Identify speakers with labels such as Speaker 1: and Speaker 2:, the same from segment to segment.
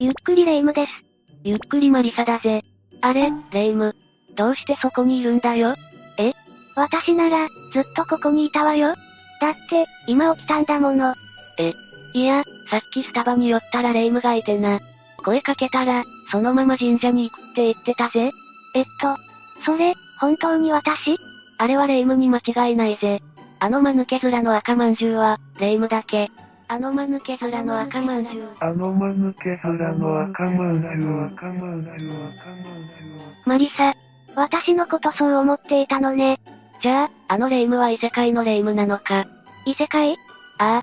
Speaker 1: ゆっくりレ夢ムです。
Speaker 2: ゆっくりマリサだぜ。あれ、レ夢ム。どうしてそこにいるんだよ
Speaker 1: 私なら、ずっとここにいたわよ。だって、今起きたんだもの。
Speaker 2: いや、さっきスタバに寄ったらレ夢ムがいてな。声かけたら、そのまま神社に行くって言ってたぜ。
Speaker 1: えっと、それ、本当に私
Speaker 2: あれはレ夢ムに間違いないぜ。あの間抜け面の赤まんじゅうは、レ夢ムだけ。あの間抜け面の赤まんじゅう。
Speaker 3: あの間抜け面の赤まんじゅう赤まんじゅう赤まんじゅう
Speaker 1: マリサ。私のことそう思っていたのね。
Speaker 2: じゃあ、あのレ夢ムは異世界のレ夢ムなのか。
Speaker 1: 異世界
Speaker 2: ああ、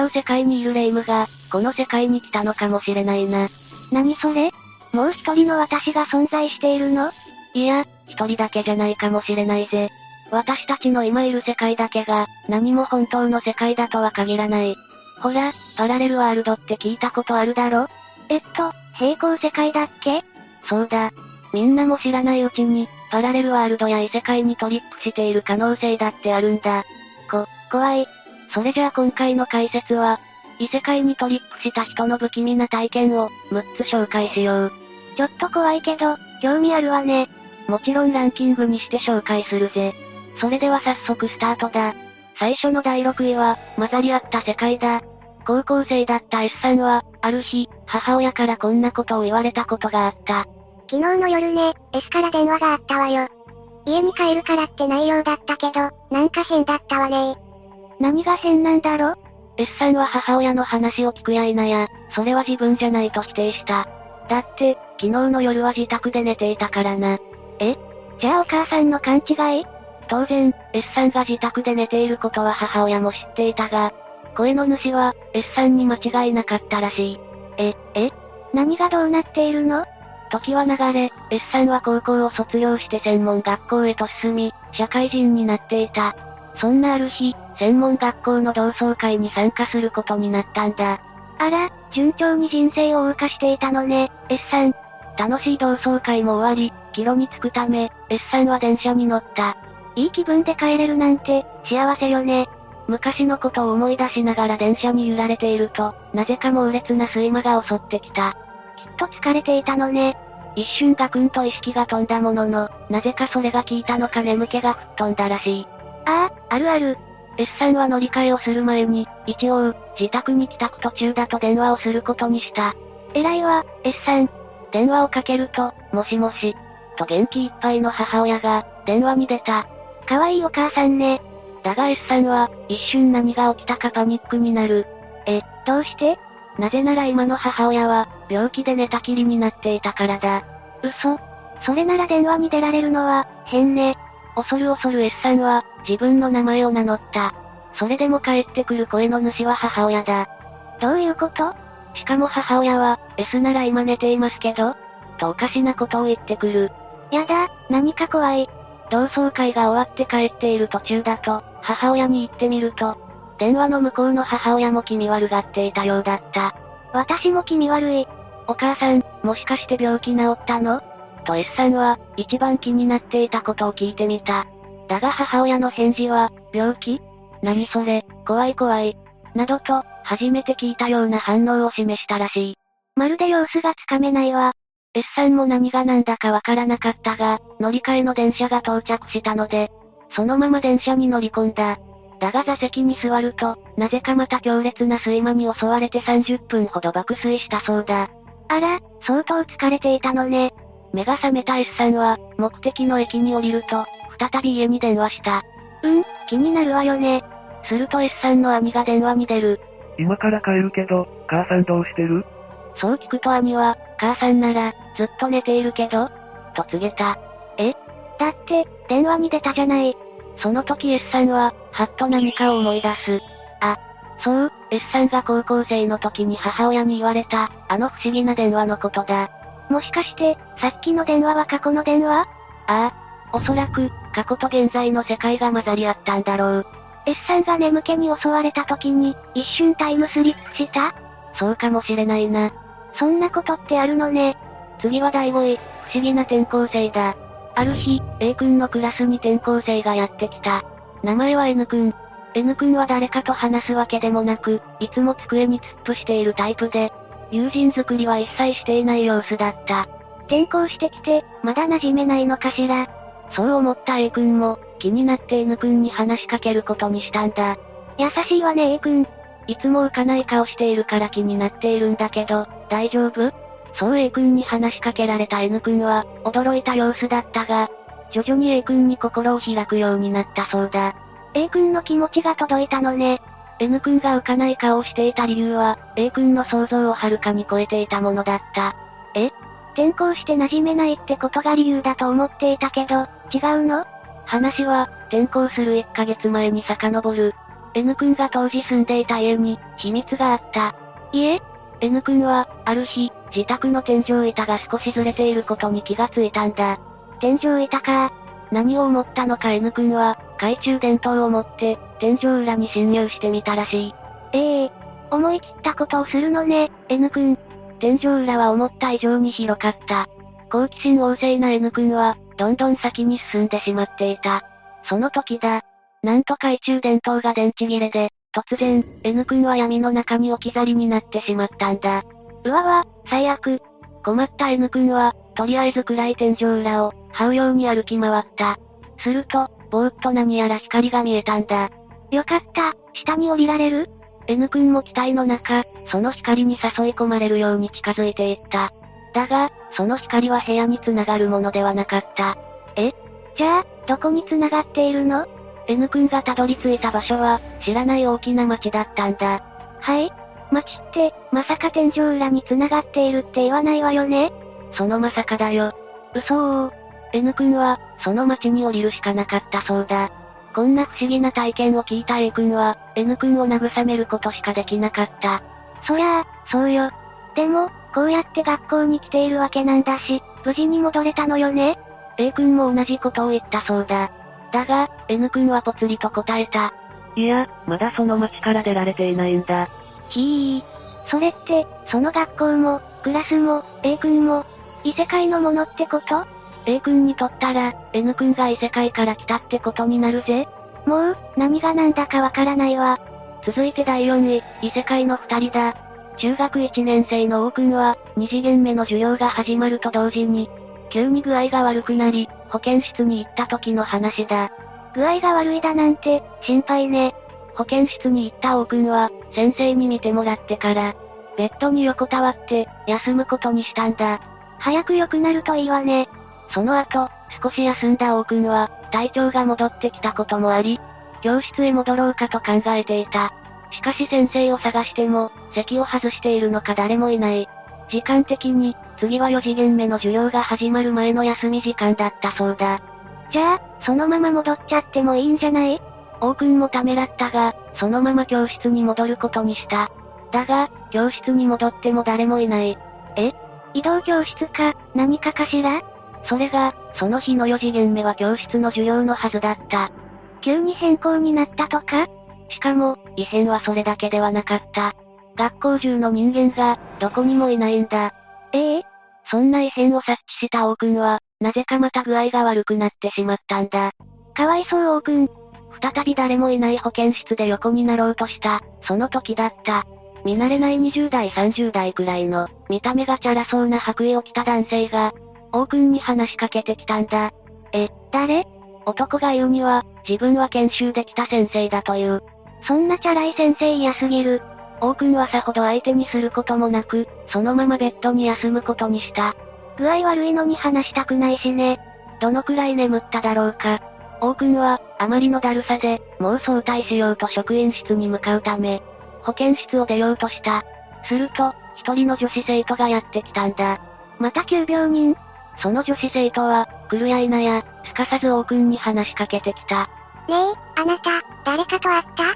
Speaker 2: 違う世界にいるレ夢ムが、この世界に来たのかもしれないな。
Speaker 1: 何それもう一人の私が存在しているの
Speaker 2: いや、一人だけじゃないかもしれないぜ。私たちの今いる世界だけが、何も本当の世界だとは限らない。ほら、パラレルワールドって聞いたことあるだろ
Speaker 1: えっと、平行世界だっけ
Speaker 2: そうだ。みんなも知らないうちに、パラレルワールドや異世界にトリップしている可能性だってあるんだ。こ、怖い。それじゃあ今回の解説は、異世界にトリップした人の不気味な体験を、6つ紹介しよう。
Speaker 1: ちょっと怖いけど、興味あるわね。
Speaker 2: もちろんランキングにして紹介するぜ。それでは早速スタートだ。最初の第6位は、混ざり合った世界だ。高校生だった S さんは、ある日、母親からこんなことを言われたことがあった。
Speaker 4: 昨日の夜ね、S から電話があったわよ。家に帰るからって内容だったけど、なんか変だったわね
Speaker 1: 何が変なんだろ
Speaker 2: S さんは母親の話を聞くや否や、それは自分じゃないと否定した。だって、昨日の夜は自宅で寝ていたからな。
Speaker 1: じゃあお母さんの勘違い
Speaker 2: 当然、S さんが自宅で寝ていることは母親も知っていたが、声の主は、S さんに間違いなかったらしい。え、え
Speaker 1: 何がどうなっているの
Speaker 2: 時は流れ、S さんは高校を卒業して専門学校へと進み、社会人になっていた。そんなある日、専門学校の同窓会に参加することになったんだ。
Speaker 1: あら、順調に人生を謳歌していたのね、
Speaker 2: S さん。楽しい同窓会も終わり、帰路に着くため、S さんは電車に乗った。
Speaker 1: いい気分で帰れるなんて、幸せよね。
Speaker 2: 昔のことを思い出しながら電車に揺られていると、なぜか猛烈な睡魔が襲ってきた。
Speaker 1: きっと疲れていたのね。
Speaker 2: 一瞬ガクンと意識が飛んだものの、なぜかそれが効いたのか眠気が吹っ飛んだらしい。
Speaker 1: ああ、あるある。
Speaker 2: S さんは乗り換えをする前に、一応、自宅に帰宅途中だと電話をすることにした。
Speaker 1: 偉いわ、
Speaker 2: S さん、電話をかけると、もしもし、と元気いっぱいの母親が、電話に出た。
Speaker 1: 可愛いお母さんね。
Speaker 2: だが S さんは、一瞬何が起きたかパニックになる。
Speaker 1: どうして
Speaker 2: なぜなら今の母親は、病気で寝たきりになっていたからだ。
Speaker 1: 嘘。それなら電話に出られるのは、変ね。
Speaker 2: 恐る恐る S さんは、自分の名前を名乗った。それでも帰ってくる声の主は母親だ。
Speaker 1: どういうこと
Speaker 2: しかも母親は、S なら今寝ていますけど、とおかしなことを言ってくる。
Speaker 1: やだ、何か怖い。
Speaker 2: 同窓会が終わって帰っている途中だと、母親に言ってみると、電話の向こうの母親も気味悪がっていたようだった。
Speaker 1: 私も気味悪い。
Speaker 2: お母さん、もしかして病気治ったのと S さんは、一番気になっていたことを聞いてみた。だが母親の返事は、病気何それ、怖い怖い。などと、初めて聞いたような反応を示したらしい。
Speaker 1: まるで様子がつかめないわ。
Speaker 2: S さんも何が何だかわからなかったが、乗り換えの電車が到着したので、そのまま電車に乗り込んだ。だが座席に座ると、なぜかまた強烈な睡魔に襲われて30分ほど爆睡したそうだ。
Speaker 1: あら、相当疲れていたのね。
Speaker 2: 目が覚めた S さんは、目的の駅に降りると、再び家に電話した。
Speaker 1: 気になるわよね。
Speaker 2: すると S さんの兄が電話に出る。
Speaker 3: 今から帰るけど、母さんどうしてる
Speaker 2: そう聞くと兄は、母さんなら、ずっと寝ているけど、と告げた。
Speaker 1: だって、電話に出たじゃない。
Speaker 2: その時 S さんは、はっと何かを思い出す。あ、そう、S さんが高校生の時に母親に言われた、あの不思議な電話のことだ。
Speaker 1: もしかして、さっきの電話は過去の電話
Speaker 2: ああ、おそらく、過去と現在の世界が混ざり合ったんだろう。
Speaker 1: S さんが眠気に襲われた時に、一瞬タイムスリップした
Speaker 2: そうかもしれないな。
Speaker 1: そんなことってあるのね。
Speaker 2: 次は第5位、不思議な転校生だ。ある日、A 君のクラスに転校生がやってきた。名前は N 君。N 君は誰かと話すわけでもなく、いつも机に突っ伏しているタイプで、友人作りは一切していない様子だった。
Speaker 1: 転校してきて、まだ馴染めないのかしら。
Speaker 2: そう思った A 君も、気になって N 君に話しかけることにしたんだ。
Speaker 1: 優しいわね A 君。
Speaker 2: いつも浮かない顔しているから気になっているんだけど、大丈夫そう A 君に話しかけられた N 君は、驚いた様子だったが、徐々に A 君に心を開くようになったそうだ。
Speaker 1: A 君の気持ちが届いたのね。
Speaker 2: N 君が浮かない顔をしていた理由は、A 君の想像をはるかに超えていたものだった。
Speaker 1: 転校して馴染めないってことが理由だと思っていたけど、違うの
Speaker 2: 話は、転校する1ヶ月前に遡る。N 君が当時住んでいた家に、秘密があった。
Speaker 1: 家
Speaker 2: N 君は、ある日、自宅の天井板が少しずれていることに気がついたんだ。
Speaker 1: 天井板か。
Speaker 2: 何を思ったのか N 君は、懐中電灯を持って、天井裏に侵入してみたらしい。
Speaker 1: ええ思い切ったことをするのね。
Speaker 2: N 君、天井裏は思った以上に広かった。好奇心旺盛な N 君は、どんどん先に進んでしまっていた。その時だ。なんと懐中電灯が電池切れで、突然、N 君は闇の中に置き去りになってしまったんだ。うわわ、最悪。困った N 君は、とりあえず暗い天井裏を、這うように歩き回った。すると、ぼーっと何やら光が見えたんだ。
Speaker 1: よかった、下に降りられる
Speaker 2: N 君も期待の中、その光に誘い込まれるように近づいていった。だが、その光は部屋に繋がるものではなかった。
Speaker 1: じゃあ、どこに繋がっているの
Speaker 2: N 君がたどり着いた場所は、知らない大きな町だったんだ。
Speaker 1: はい町って、まさか天井裏に繋がっているって言わないわよね
Speaker 2: そのまさかだよ。嘘を。N 君は、その町に降りるしかなかったそうだ。こんな不思議な体験を聞いた A 君は、N 君を慰めることしかできなかった。
Speaker 1: そりゃあ、そうよ。でも、こうやって学校に来ているわけなんだし、無事に戻れたのよね
Speaker 2: A 君も同じことを言ったそうだ。だが、N 君はぽつりと答えた。いや、まだその町から出られていないんだ。
Speaker 1: ひー。それって、その学校も、クラスも、A 君も、異世界のものってこと
Speaker 2: A 君にとったら、N 君が異世界から来たってことになるぜ。
Speaker 1: もう、何が何だかわからないわ。
Speaker 2: 続いて第4位、異世界の2人だ。中学1年生の O 君は、2次元目の授業が始まると同時に、急に具合が悪くなり、保健室に行った時の話だ。
Speaker 1: 具合が悪いだなんて、心配ね。
Speaker 2: 保健室に行った O 君は、先生に見てもらってから、ベッドに横たわって、休むことにしたんだ。
Speaker 1: 早く良くなるといいわね。
Speaker 2: その後、少し休んだ王くんは、体調が戻ってきたこともあり、教室へ戻ろうかと考えていた。しかし先生を探しても、席を外しているのか誰もいない。時間的に、次は4次元目の授業が始まる前の休み時間だったそうだ。
Speaker 1: じゃあ、そのまま戻っちゃってもいいんじゃない
Speaker 2: 王くんもためらったが、そのまま教室に戻ることにした。だが、教室に戻っても誰もいない。
Speaker 1: 移動教室か、何かかしら
Speaker 2: それが、その日の4次元目は教室の授業のはずだった。
Speaker 1: 急に変更になったとか
Speaker 2: しかも、異変はそれだけではなかった。学校中の人間が、どこにもいないんだ。
Speaker 1: ええ
Speaker 2: そんな異変を察知した王くんは、なぜかまた具合が悪くなってしまったんだ。
Speaker 1: かわいそう王くん。
Speaker 2: 再び誰もいない保健室で横になろうとした、その時だった。見慣れない20代30代くらいの、見た目がチャラそうな白衣を着た男性が、王くんに話しかけてきたんだ。
Speaker 1: 誰
Speaker 2: 男が言うには、自分は研修できた先生だという。
Speaker 1: そんなチャラい先生嫌すぎる。
Speaker 2: 王くんはさほど相手にすることもなく、そのままベッドに休むことにした。
Speaker 1: 具合悪いのに話したくないしね。
Speaker 2: どのくらい眠っただろうか。王くんは、あまりのだるさで、もう早退しようと職員室に向かうため、保健室を出ようとした。すると、一人の女子生徒がやってきたんだ。
Speaker 1: また急病人
Speaker 2: その女子生徒は、来るやいなや、すかさず王くんに話しかけてきた。
Speaker 4: ねえ、あなた、誰かと会った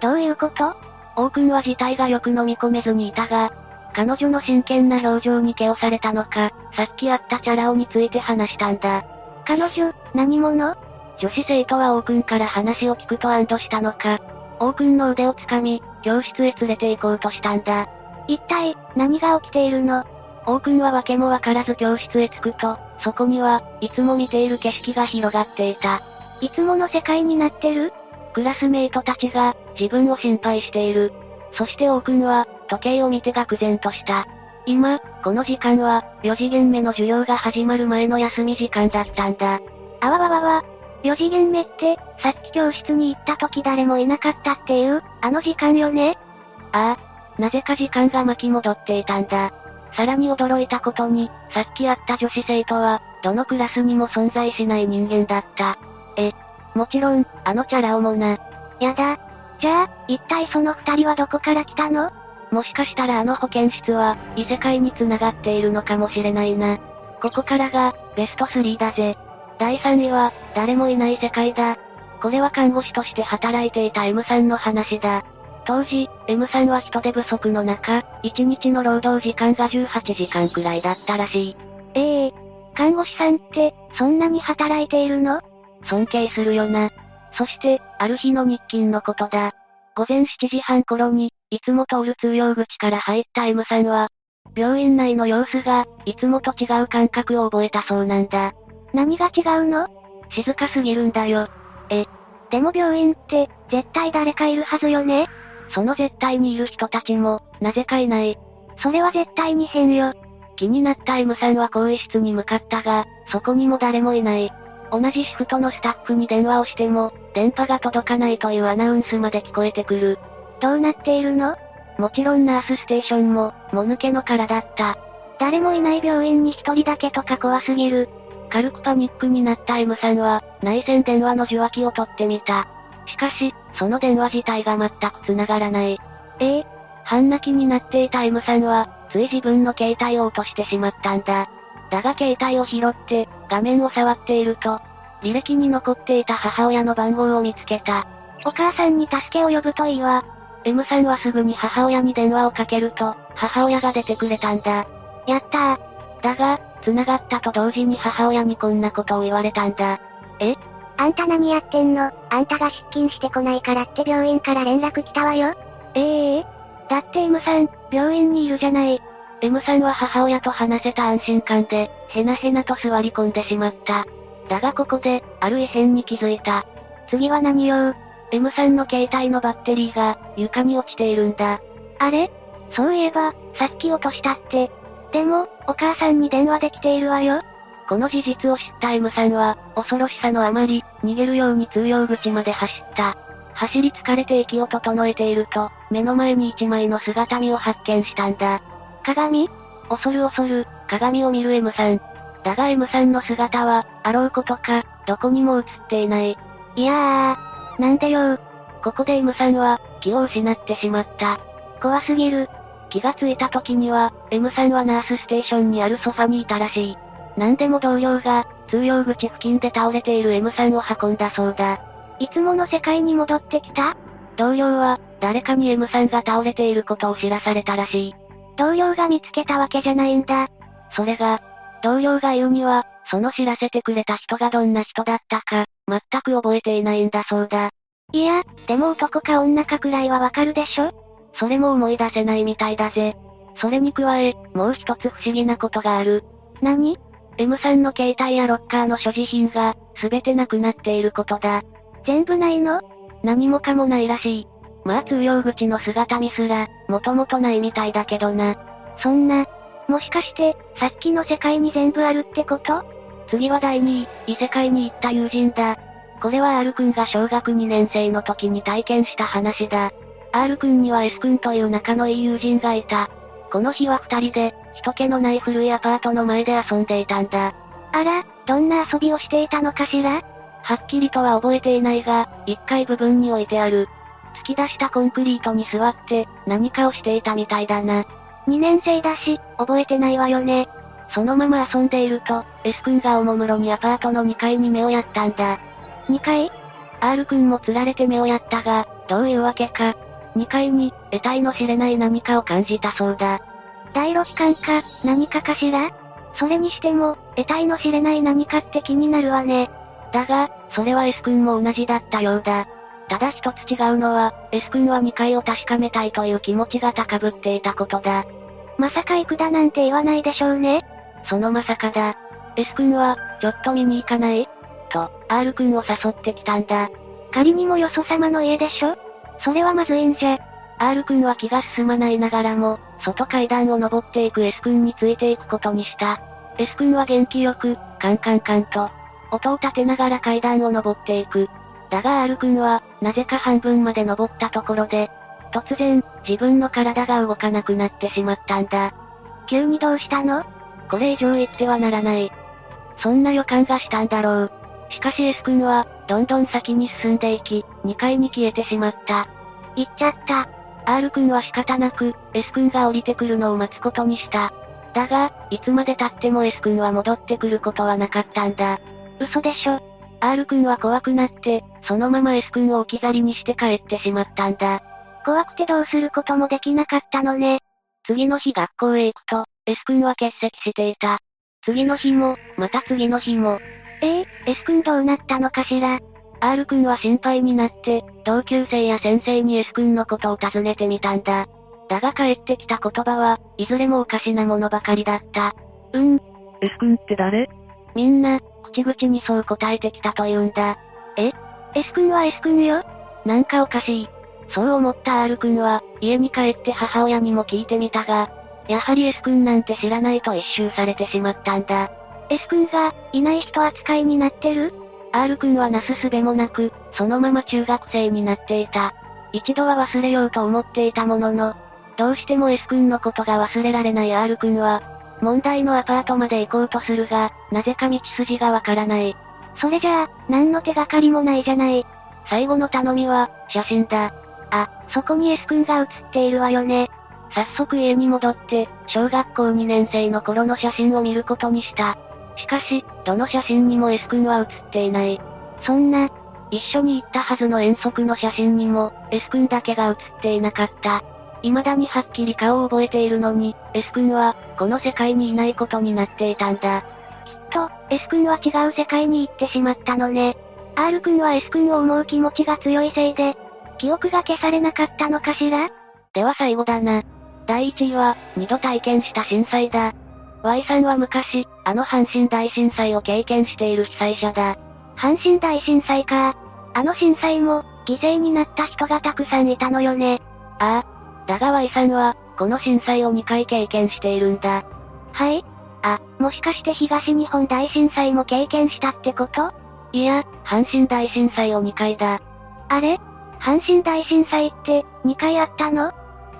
Speaker 1: どういうこと
Speaker 2: 王くんは事態がよく飲み込めずにいたが、彼女の真剣な表情に気をされたのか、さっき会ったチャラ男について話したんだ。
Speaker 1: 彼女、何者
Speaker 2: 女子生徒は王くんから話を聞くと安堵したのか、王くんの腕をつかみ、教室へ連れて行こうとしたんだ。
Speaker 1: 一体、何が起きているの
Speaker 2: 王くんは訳もわからず教室へ着くと、そこには、いつも見ている景色が広がっていた。
Speaker 1: いつもの世界になってる
Speaker 2: クラスメイトたちが、自分を心配している。そして王くんは、時計を見て愕然とした。今、この時間は、4次元目の授業が始まる前の休み時間だったんだ。
Speaker 1: あわわわわ。4次元目って、さっき教室に行った時誰もいなかったっていう、あの時間よね
Speaker 2: ああ、なぜか時間が巻き戻っていたんだ。さらに驚いたことに、さっき会った女子生徒は、どのクラスにも存在しない人間だった。え、もちろん、あのチャラ男もな。
Speaker 1: やだ。じゃあ、一体その二人はどこから来たの
Speaker 2: もしかしたらあの保健室は、異世界に繋がっているのかもしれないな。ここからが、ベスト3だぜ。第3位は、誰もいない世界だ。これは看護師として働いていた M さんの話だ。当時、M さんは人手不足の中、1日の労働時間が18時間くらいだったらしい。
Speaker 1: ええ看護師さんって、そんなに働いているの
Speaker 2: 尊敬するよな。そして、ある日の日勤のことだ。午前7時半頃に、いつも通る通用口から入った M さんは、病院内の様子が、いつもと違う感覚を覚えたそうなんだ。
Speaker 1: 何が違うの
Speaker 2: 静かすぎるんだよ。
Speaker 1: でも病院って、絶対誰かいるはずよね
Speaker 2: その絶対にいる人たちも、なぜかいない。
Speaker 1: それは絶対に変よ。
Speaker 2: 気になった M さんは更衣室に向かったが、そこにも誰もいない。同じシフトのスタッフに電話をしても、電波が届かないというアナウンスまで聞こえてくる。
Speaker 1: どうなっているの
Speaker 2: もちろんナースステーションも、もぬけの殻だった。
Speaker 1: 誰もいない病院に一人だけとか怖すぎる。
Speaker 2: 軽くパニックになった M さんは、内線電話の受話器を取ってみた。しかし、その電話自体が全く繋がらない。
Speaker 1: ええ
Speaker 2: 半泣きになっていた M さんは、つい自分の携帯を落としてしまったんだ。だが携帯を拾って、画面を触っていると、履歴に残っていた母親の番号を見つけた。
Speaker 1: お母さんに助けを呼ぶといいわ。
Speaker 2: M さんはすぐに母親に電話をかけると、母親が出てくれたんだ。
Speaker 1: やったー。
Speaker 2: だが、繋がったと同時に母親にこんなことを言われたんだ。
Speaker 4: あんた何やってんのあんたが出勤してこないからって病院から連絡来たわよ。
Speaker 1: ええだって M さん、病院にいるじゃない。
Speaker 2: M さんは母親と話せた安心感で、へなへなと座り込んでしまった。だがここで、ある異変に気づいた。
Speaker 1: 次は何よ
Speaker 2: M さんの携帯のバッテリーが、床に落ちているんだ。
Speaker 1: あれそういえば、さっき落としたって。でも、お母さんに電話できているわよ。
Speaker 2: この事実を知った M さんは、恐ろしさのあまり、逃げるように通用口まで走った。走り疲れて息を整えていると、目の前に一枚の姿見を発見したんだ。
Speaker 1: 鏡
Speaker 2: 恐る恐る、鏡を見る M さん。だが M さんの姿は、あろうことか、どこにも映っていない。
Speaker 1: いやー。なんでよ
Speaker 2: ここで M さんは、気を失ってしまった。
Speaker 1: 怖すぎる。
Speaker 2: 気がついた時には、M さんはナースステーションにあるソファにいたらしい。なんでも同僚が、通用口付近で倒れている M さんを運んだそうだ。
Speaker 1: いつもの世界に戻ってきた
Speaker 2: 同僚は、誰かに M さんが倒れていることを知らされたらしい。
Speaker 1: 同僚が見つけたわけじゃないんだ。
Speaker 2: それが、同僚が言うには、その知らせてくれた人がどんな人だったか、全く覚えていないんだそうだ。
Speaker 1: いや、でも男か女かくらいはわかるでしょ
Speaker 2: それも思い出せないみたいだぜ。それに加え、もう一つ不思議なことがある。
Speaker 1: 何
Speaker 2: M さんの携帯やロッカーの所持品が、すべてなくなっていることだ。
Speaker 1: 全部ないの
Speaker 2: 何もかもないらしい。まあ通用口の姿見すら、もともとないみたいだけどな。
Speaker 1: そんな。もしかして、さっきの世界に全部あるってこと
Speaker 2: 次は第2位、異世界に行った友人だ。これは R 君が小学2年生の時に体験した話だ。R 君には S 君という仲のいい友人がいた。この日は二人で、人気のない古いアパートの前で遊んでいたんだ。
Speaker 1: あら、どんな遊びをしていたのかしら
Speaker 2: はっきりとは覚えていないが、一階部分に置いてある。突き出したコンクリートに座って、何かをしていたみたいだな。
Speaker 1: ?2 年生だし、覚えてないわよね。
Speaker 2: そのまま遊んでいると、S 君がおもむろにアパートの2階に目をやったんだ。
Speaker 1: 2階
Speaker 2: R 君も釣られて目をやったが、どういうわけか。2階に、得体の知れない何かを感じたそうだ。
Speaker 1: 第6巻か、何かかしらそれにしても、得体の知れない何かって気になるわね。
Speaker 2: だが、それは S 君も同じだったようだ。ただ一つ違うのは、S 君は2階を確かめたいという気持ちが高ぶっていたことだ。
Speaker 1: まさか行くだなんて言わないでしょうね。
Speaker 2: そのまさかだ。S 君は、ちょっと見に行かないと、R 君を誘ってきたんだ。
Speaker 1: 仮にもよそ様の家でしょそれはまずいんじゃ。
Speaker 2: R 君は気が進まないながらも、外階段を登っていく S 君についていくことにした。S 君は元気よく、カンカンカンと、音を立てながら階段を登っていく。だが R 君は、なぜか半分まで登ったところで、突然、自分の体が動かなくなってしまったんだ。
Speaker 1: 急にどうしたの
Speaker 2: これ以上言ってはならない。そんな予感がしたんだろう。しかし S 君は、どんどん先に進んでいき、2階に消えてしまった。
Speaker 1: 行っちゃった。
Speaker 2: R 君は仕方なく、S 君が降りてくるのを待つことにした。だが、いつまで経っても S 君は戻ってくることはなかったんだ。
Speaker 1: 嘘でしょ。
Speaker 2: R 君は怖くなって、そのまま S 君を置き去りにして帰ってしまったんだ。
Speaker 1: 怖くてどうすることもできなかったのね。
Speaker 2: 次の日学校へ行くと、S 君は欠席していた。次の日も、また次の日も。
Speaker 1: ええー、S 君どうなったのかしら
Speaker 2: ?R 君は心配になって、同級生や先生に S 君のことを尋ねてみたんだ。だが帰ってきた言葉は、いずれもおかしなものばかりだった。
Speaker 5: うん。S 君って誰
Speaker 2: みんな、口々にそう答えてきたというんだ。
Speaker 1: え ?S 君は S 君よ
Speaker 2: なんかおかしい。そう思った R 君は、家に帰って母親にも聞いてみたが、やはり S 君なんて知らないと一周されてしまったんだ。
Speaker 1: S 君が、いない人扱いになってる
Speaker 2: ?R 君はなすすべもなく、そのまま中学生になっていた。一度は忘れようと思っていたものの、どうしても S 君のことが忘れられない R 君は、問題のアパートまで行こうとするが、なぜか道筋がわからない。
Speaker 1: それじゃあ、何の手がかりもないじゃない。
Speaker 2: 最後の頼みは、写真だ。
Speaker 1: あ、そこに S 君が写っているわよね。
Speaker 2: 早速家に戻って、小学校2年生の頃の写真を見ることにした。しかし、どの写真にも S 君は写っていない。
Speaker 1: そんな、
Speaker 2: 一緒に行ったはずの遠足の写真にも、S 君だけが写っていなかった。未だにはっきり顔を覚えているのに、S 君は、この世界にいないことになっていたんだ。
Speaker 1: きっと、S 君は違う世界に行ってしまったのね。R 君は S 君を思う気持ちが強いせいで、記憶が消されなかったのかしら
Speaker 2: では最後だな。第1位は、2度体験した震災だ。Y さんは昔、あの阪神大震災を経験している被災者だ。
Speaker 1: 阪神大震災か。あの震災も、犠牲になった人がたくさんいたのよね。
Speaker 2: ああ。だが Y さんは、この震災を2回経験しているんだ。
Speaker 1: はいあ、もしかして東日本大震災も経験したってこと
Speaker 2: いや、阪神大震災を2回だ。
Speaker 1: あれ阪神大震災って、2回あったの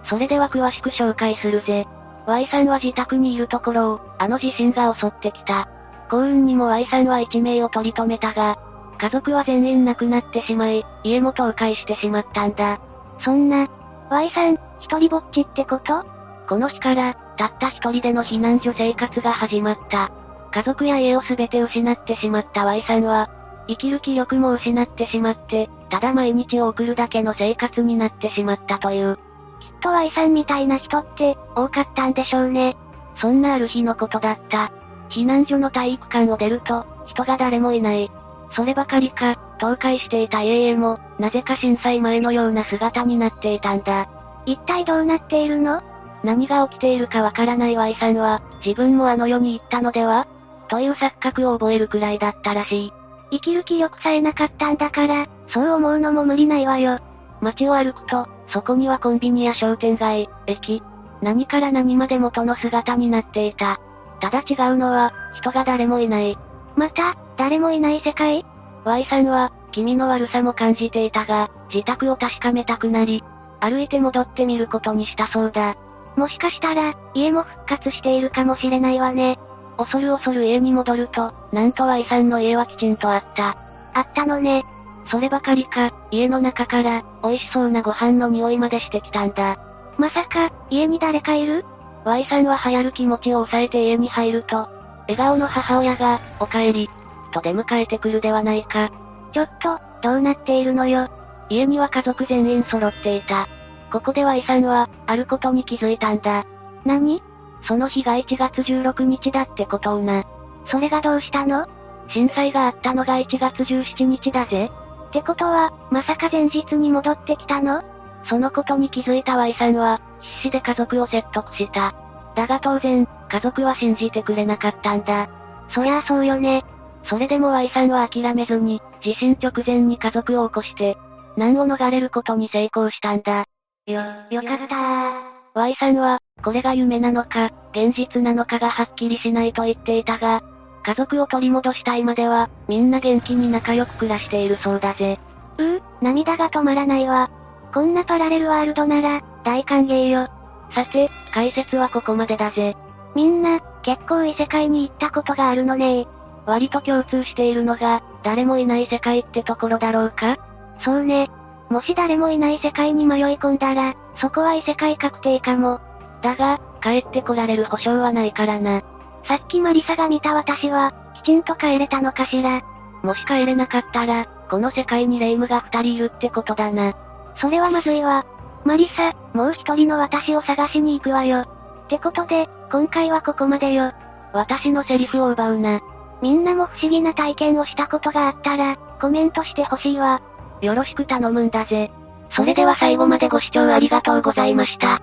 Speaker 2: それでは詳しく紹介するぜ。Y さんは自宅にいるところを、あの地震が襲ってきた。幸運にも Y さんは一命を取り留めたが、家族は全員亡くなってしまい、家も倒壊してしまったんだ。
Speaker 1: そんな、Y さん、一人ぼっちってこと
Speaker 2: この日から、たった一人での避難所生活が始まった。家族や家を全て失ってしまった Y さんは、生きる気力も失ってしまって、ただ毎日を送るだけの生活になってしまったという。
Speaker 1: きっと Y さんみたいな人って、多かったんでしょうね。
Speaker 2: そんなある日のことだった。避難所の体育館を出ると、人が誰もいない。そればかりか、倒壊していた家々も、なぜか震災前のような姿になっていたんだ。
Speaker 1: 一体どうなっているの
Speaker 2: 何が起きているかわからない Y さんは、自分もあの世に行ったのではという錯覚を覚えるくらいだったらしい。
Speaker 1: 生きる気力さえなかったんだから、そう思うのも無理ないわよ。
Speaker 2: 街を歩くと、そこにはコンビニや商店街、駅、何から何まで元の姿になっていた。ただ違うのは、人が誰もいない。
Speaker 1: また、誰もいない世界
Speaker 2: ?Y さんは、気味の悪さも感じていたが、自宅を確かめたくなり、歩いて戻ってみることにしたそうだ。
Speaker 1: もしかしたら、家も復活しているかもしれないわね。
Speaker 2: 恐る恐る家に戻ると、なんと Y さんの家はきちんとあった。
Speaker 1: あったのね。
Speaker 2: そればかりか、家の中から、美味しそうなご飯の匂いまでしてきたんだ。
Speaker 1: まさか、家に誰かいる
Speaker 2: ?Y さんは流行る気持ちを抑えて家に入ると、笑顔の母親が、お帰り、と出迎えてくるではないか。
Speaker 1: ちょっと、どうなっているのよ。
Speaker 2: 家には家族全員揃っていた。ここで Y さんは、あることに気づいたんだ。
Speaker 1: 何
Speaker 2: その日が1月16日だってことをな。
Speaker 1: それがどうしたの
Speaker 2: 震災があったのが1月17日だぜ。
Speaker 1: ってことは、まさか前日に戻ってきたの
Speaker 2: そのことに気づいた Y さんは、必死で家族を説得した。だが当然、家族は信じてくれなかったんだ。
Speaker 1: そりゃあそうよね。
Speaker 2: それでも Y さんは諦めずに、地震直前に家族を起こして、難を逃れることに成功したんだ。よ、よかったー。Y さんは、これが夢なのか、現実なのかがはっきりしないと言っていたが、家族を取り戻したいまでは、みんな元気に仲良く暮らしているそうだぜ。
Speaker 1: うー、涙が止まらないわ。こんなパラレルワールドなら、大歓迎よ。
Speaker 2: さて、解説はここまでだぜ。
Speaker 1: みんな、結構異世界に行ったことがあるのねー。
Speaker 2: 割と共通しているのが、誰もいない世界ってところだろうか
Speaker 1: そうね。もし誰もいない世界に迷い込んだら、そこは異世界確定かも。
Speaker 2: だが、帰ってこられる保証はないからな。
Speaker 1: さっきマリサが見た私は、きちんと帰れたのかしら。
Speaker 2: もし帰れなかったら、この世界にレイムが二人いるってことだな。
Speaker 1: それはまずいわ。マリサ、もう一人の私を探しに行くわよ。ってことで、今回はここまでよ。
Speaker 2: 私のセリフを奪うな。
Speaker 1: みんなも不思議な体験をしたことがあったら、コメントしてほしいわ。
Speaker 2: よろしく頼むんだぜ。それでは最後までご視聴ありがとうございました。